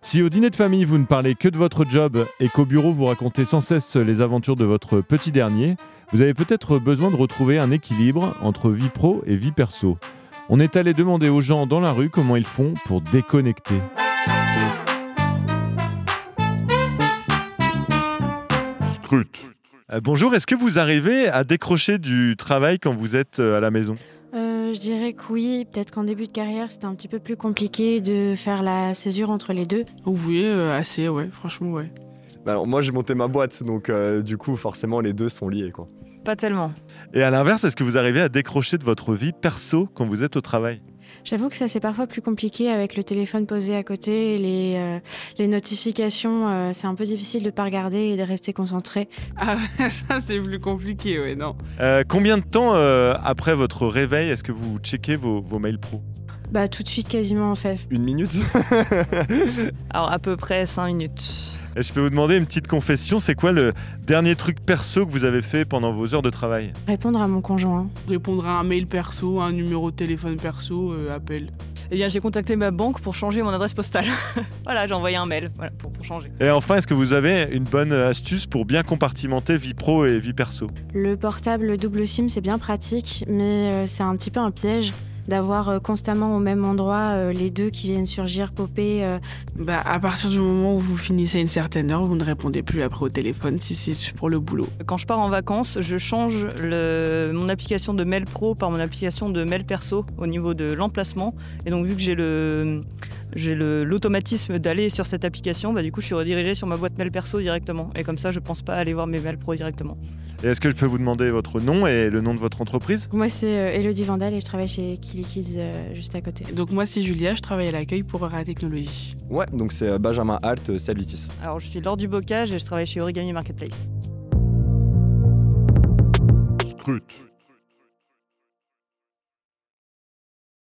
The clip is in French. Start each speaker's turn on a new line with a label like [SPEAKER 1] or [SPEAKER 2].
[SPEAKER 1] Si au dîner de famille, vous ne parlez que de votre job et qu'au bureau, vous racontez sans cesse les aventures de votre petit dernier, vous avez peut-être besoin de retrouver un équilibre entre vie pro et vie perso. On est allé demander aux gens dans la rue comment ils font pour déconnecter.
[SPEAKER 2] Scrut.
[SPEAKER 1] Euh, bonjour, est-ce que vous arrivez à décrocher du travail quand vous êtes euh, à la maison
[SPEAKER 3] Euh, je dirais que oui, peut-être qu'en début de carrière, c'était un petit peu plus compliqué de faire la césure entre les deux.
[SPEAKER 4] Oui, euh, assez, ouais, franchement, ouais.
[SPEAKER 5] Bah alors moi j'ai monté ma boîte donc euh, du coup forcément les deux sont liés quoi.
[SPEAKER 6] Pas tellement.
[SPEAKER 1] Et à l'inverse, est-ce que vous arrivez à décrocher de votre vie perso quand vous êtes au travail
[SPEAKER 3] J'avoue que ça, c'est parfois plus compliqué avec le téléphone posé à côté, et les, euh, les notifications. euh, c'est un peu difficile de ne pas regarder et de rester concentré.
[SPEAKER 4] Ah, ça, c'est plus compliqué, ouais, non.
[SPEAKER 1] Euh, Combien de temps euh, après votre réveil est-ce que vous checkez vos, vos mails pro
[SPEAKER 3] Bah, tout de suite, quasiment, en fait.
[SPEAKER 5] Une minute
[SPEAKER 6] Alors, à peu près 5 minutes.
[SPEAKER 1] Et je peux vous demander une petite confession, c'est quoi le dernier truc perso que vous avez fait pendant vos heures de travail
[SPEAKER 3] Répondre à mon conjoint.
[SPEAKER 4] Répondre à un mail perso, à un numéro de téléphone perso, euh, appel.
[SPEAKER 6] Eh bien, j'ai contacté ma banque pour changer mon adresse postale. voilà, j'ai envoyé un mail voilà, pour, pour changer.
[SPEAKER 1] Et enfin, est-ce que vous avez une bonne astuce pour bien compartimenter vie pro et vie perso
[SPEAKER 3] Le portable double SIM, c'est bien pratique, mais euh, c'est un petit peu un piège d'avoir euh, constamment au même endroit euh, les deux qui viennent surgir, popper. euh.
[SPEAKER 4] Bah, à partir du moment où vous finissez à une certaine heure, vous ne répondez plus après au téléphone si c'est pour le boulot.
[SPEAKER 6] Quand je pars en vacances, je change le- mon application de mail pro par mon application de mail perso au niveau de l'emplacement. Et donc, vu que j'ai le j'ai le- l'automatisme d'aller sur cette application, bah, du coup, je suis redirigé sur ma boîte mail perso directement. Et comme ça, je pense pas aller voir mes mails pro directement.
[SPEAKER 1] Et est-ce que je peux vous demander votre nom et le nom de votre entreprise
[SPEAKER 3] Moi, c'est euh, Elodie Vandal et je travaille chez Kili Kids euh, juste à côté.
[SPEAKER 4] Et donc, moi, c'est Julia, je travaille à l'accueil pour Aura Technologie.
[SPEAKER 5] Ouais donc c'est euh, Benjamin Halt, euh, Sablitis.
[SPEAKER 6] Alors, je suis Laure du Bocage et je travaille chez Origami Marketplace.
[SPEAKER 2] Scrut.